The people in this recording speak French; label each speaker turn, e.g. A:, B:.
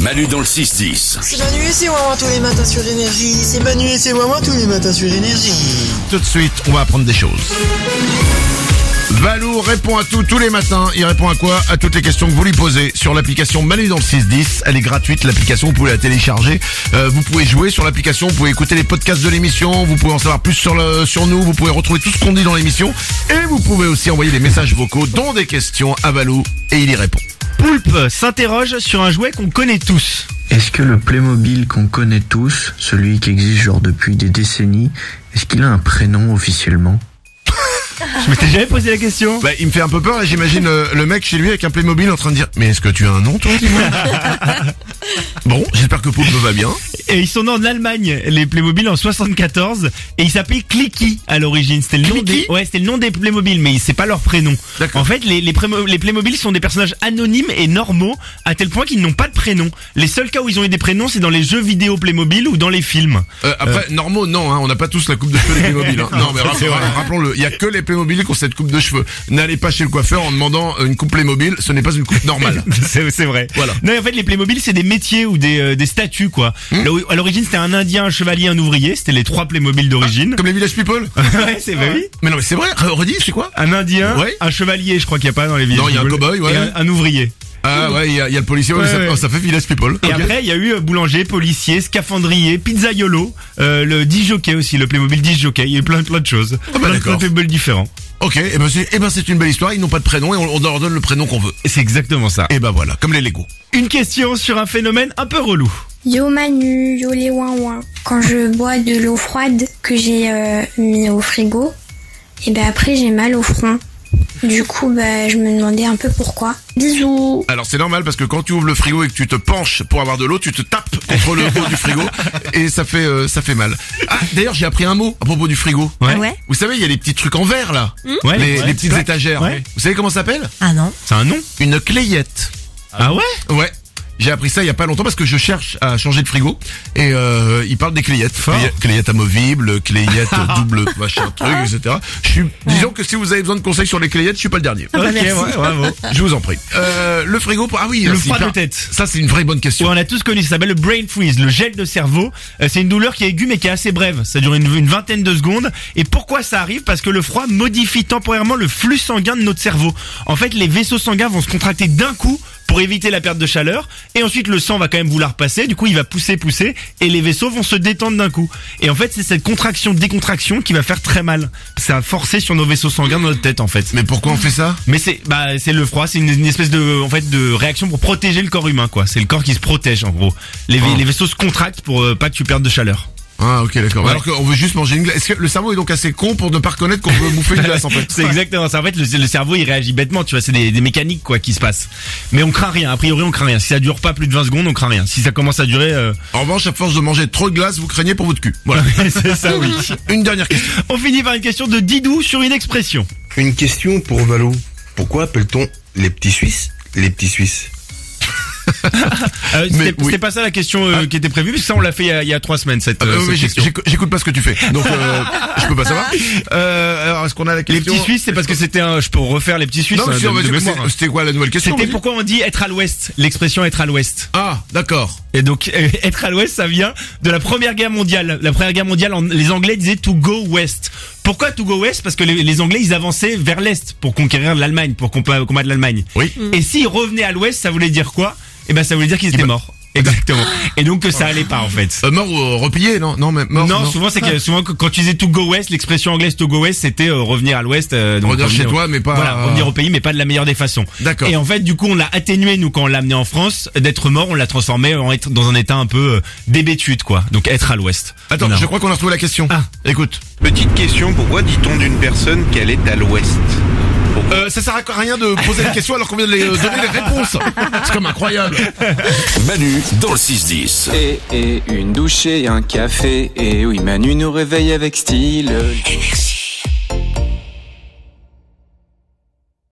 A: Manu dans le 6-10.
B: C'est Manu et c'est Wawa tous les matins sur Énergie. C'est Manu et c'est Wawa tous les matins sur Énergie.
C: Tout de suite, on va apprendre des choses. Valou répond à tout tous les matins. Il répond à quoi À toutes les questions que vous lui posez sur l'application Manu dans le 610. Elle est gratuite, l'application, vous pouvez la télécharger. Euh, vous pouvez jouer sur l'application, vous pouvez écouter les podcasts de l'émission, vous pouvez en savoir plus sur, le, sur nous, vous pouvez retrouver tout ce qu'on dit dans l'émission. Et vous pouvez aussi envoyer des messages vocaux, dont des questions à Valou, et il y répond.
D: Poulpe s'interroge sur un jouet qu'on connaît tous.
E: Est-ce que le Playmobil qu'on connaît tous, celui qui existe genre depuis des décennies, est-ce qu'il a un prénom officiellement
D: Je m'étais jamais posé la question.
C: Bah, il me fait un peu peur, là, j'imagine euh, le mec chez lui avec un Playmobil en train de dire « Mais est-ce que tu as un nom, toi, dis-moi Bon, j'espère que Poulpe va bien.
D: Et ils sont nés en Allemagne, les Playmobil en 74, et ils s'appelaient Clicky à l'origine. C'était le nom
C: Clicky
D: des, ouais, c'était le nom des Playmobil, mais c'est pas leur prénom.
C: D'accord.
D: En fait, les, les, Playmo- les Playmobil sont des personnages anonymes et normaux, à tel point qu'ils n'ont pas de prénom. Les seuls cas où ils ont eu des prénoms, c'est dans les jeux vidéo Playmobil ou dans les films.
C: Euh, après, normaux, non, hein, on n'a pas tous la coupe de cheveux des Playmobil. hein. Non, mais rappelons- rappelons-le, il y a que les Playmobil qui ont cette coupe de cheveux. N'allez pas chez le coiffeur en demandant euh, une coupe Playmobil, ce n'est pas une coupe normale.
D: c'est c'est vrai.
C: Voilà.
D: Non, mais en fait, les Playmobil, c'est des métiers ou des, euh, des statuts, quoi.
C: Hmm.
D: Là où- à l'origine, c'était un Indien, un chevalier, un ouvrier. C'était les trois Playmobil d'origine.
C: Ah, Comme les Village People
D: ouais, c'est bah oui.
C: Mais non, mais c'est vrai, re- redis, c'est quoi
D: Un Indien,
C: Ouais.
D: un chevalier, je crois qu'il n'y a pas dans les villes.
C: Non, il y a un
D: Google,
C: cow-boy, ouais.
D: et un, un ouvrier.
C: Ah ouais, il y, a il y a le policier, ouais,
D: Ouais,
C: mais ça,
D: ouais.
C: oh, ça fait Village People.
D: Et
C: Ok.
D: après, il y a eu euh, boulanger, policier, scaphandrier, pizzaiolo, euh, le disjockey aussi, le Playmobil disjockey. Il y a eu plein, plein de choses.
C: bah,
D: plein de
C: d'accord.
D: Playmobil différents.
C: Ok, et ben c'est eh ben, c'est une belle histoire, ils n'ont pas de prénom et on, on leur donne le prénom qu'on veut.
D: Et C'est exactement ça.
C: Et ben voilà, comme les Lego.
D: Une question sur un phénomène un peu relou.
F: Yo Manu, yo les ouin ouin. Quand je bois de l'eau froide que j'ai euh, mis au frigo, et ben après j'ai mal au front. Du coup, bah, je me demandais un peu pourquoi. Bisous.
C: Alors c'est normal parce que quand tu ouvres le frigo et que tu te penches pour avoir de l'eau, tu te tapes contre le haut du frigo et ça fait euh, ça fait mal. Ah d'ailleurs j'ai appris un mot à propos du frigo.
D: Ouais.
G: ouais
C: Vous savez il y a les petits trucs en verre là,
D: Ouais,
C: les,
D: ouais,
C: les
D: c'est
C: petites
D: vrai.
C: étagères.
D: Ouais.
C: Vous savez comment ça s'appelle
G: Ah non
D: C'est un nom
C: Une clayette.
D: Ah ouais
C: Ouais. J'ai appris ça il y a pas longtemps parce que je cherche à changer de frigo et euh, ils parlent des clayettes. Claye- Clayettes amovibles, clayettes double machin truc, etc. Je suis, disons que si vous avez besoin de conseils sur les clayettes, je suis pas le dernier.
D: Ok,
G: merci.
D: ouais, bravo.
C: Je vous en prie. Euh, le frigo, pour- ah oui,
D: Le
C: c'est
D: froid de
C: hyper-
D: tête.
C: Ça c'est une vraie bonne question.
D: Ouais, on a tous connu, ça s'appelle le brain freeze, le gel de cerveau. Euh, c'est une douleur qui est aiguë mais qui est assez brève. Ça dure une, une vingtaine de secondes. Et pourquoi ça arrive Parce que le froid modifie temporairement le flux sanguin de notre cerveau. En fait, les vaisseaux sanguins vont se contracter d'un coup pour éviter la perte de chaleur. Et ensuite, le sang va quand même vouloir passer. Du coup, il va pousser, pousser. Et les vaisseaux vont se détendre d'un coup. Et en fait, c'est cette contraction-décontraction qui va faire très mal. Ça va forcer sur nos vaisseaux sanguins dans notre tête, en fait.
C: Mais pourquoi on fait ça
D: Mais c'est bah c'est le froid, c'est une, une espèce de en fait de réaction pour protéger le corps humain quoi. C'est le corps qui se protège en gros. Les, va-
C: Oh.
D: les vaisseaux se contractent pour euh, pas que tu perdes de chaleur.
C: Ah ok d'accord.
D: Ouais.
C: Alors qu'on veut juste manger une glace. Est-ce que le cerveau est donc assez con pour ne pas reconnaître qu'on veut bouffer une glace en fait
D: C'est exactement ça. En fait, le, le cerveau il réagit bêtement. Tu vois, c'est des, des mécaniques quoi qui se passent. Mais on craint rien. A priori, on craint rien. Si ça dure pas plus de 20 secondes, on craint rien. Si ça commence à durer, euh,
C: En revanche, à force de manger trop de glace, vous craignez pour votre cul. Voilà.
D: c'est ça oui.
C: Une dernière question.
D: On finit par une question de Didou sur une expression.
H: Une question pour Valo. Pourquoi appelle-t-on les petits Suisses les petits Suisses
D: Euh,
C: Mais
D: C'était
C: oui.
D: c'était pas ça la question euh, qui était prévue. parce que Ça, on l'a fait il y a, il y a trois semaines cette,
C: Ah bah
D: euh,
C: oui,
D: cette
C: mais j'éc-
D: question.
C: j'éc- J'écoute pas ce que tu fais, donc euh, je peux pas savoir. Euh, alors est-ce qu'on a la
D: Les
C: question
D: petits Suisses, c'est parce que c'était un. Je peux refaire les petits Suisses.
C: Non,
D: hein,
C: mais si,
D: de-
C: on va
D: de
C: dire que
D: mémoire.
C: c'est- c'était quoi la nouvelle question
D: C'était
C: vas-y
D: pourquoi on dit être à l'ouest, l'expression être à l'ouest.
C: Ah, d'accord.
D: Et donc euh, être à l'ouest, ça vient de la Première Guerre mondiale. La Première Guerre mondiale, en- les Anglais disaient to go west. Pourquoi to go west Parce que les, les Anglais, ils avançaient vers l'est pour conquérir l'Allemagne, pour compa- combattre l'Allemagne.
C: Oui.
D: Et s'ils revenaient à l'ouest, ça voulait dire quoi Eh ben, ça voulait dire qu'ils étaient morts. Exactement. Et donc que ça allait pas en fait.
C: Euh, mort ou euh, replié, non Non, Ah. mais mort.
D: non, souvent c'est que souvent que- quand tu disais to go west, l'expression anglaise to go west, c'était euh, revenir à l'ouest. euh, donc
C: Revenir chez
D: au-
C: toi, mais pas-
D: Voilà, revenir au pays, mais pas de la meilleure des façons.
C: D'accord.
D: Et en fait, du coup, on l'a atténué nous quand on l'a amené en France d'être mort, on l'a transformé en être dans un état un peu euh, d'hébétude quoi. Donc être à l'ouest.
C: Attends,
D: Non.
C: je crois qu'on a retrouvé la question.
D: Ah.
C: Écoute,
H: Petite question, pourquoi dit-on d'une personne qu'elle est à l'ouest
C: euh, ça sert à rien de poser des questions alors qu'on vient de les, euh, donner les réponses. C'est comme incroyable.
A: Manu dans le 6-10.
I: Et, et une douchée, un café, et oui, Manu nous réveille avec style.
A: Énergie.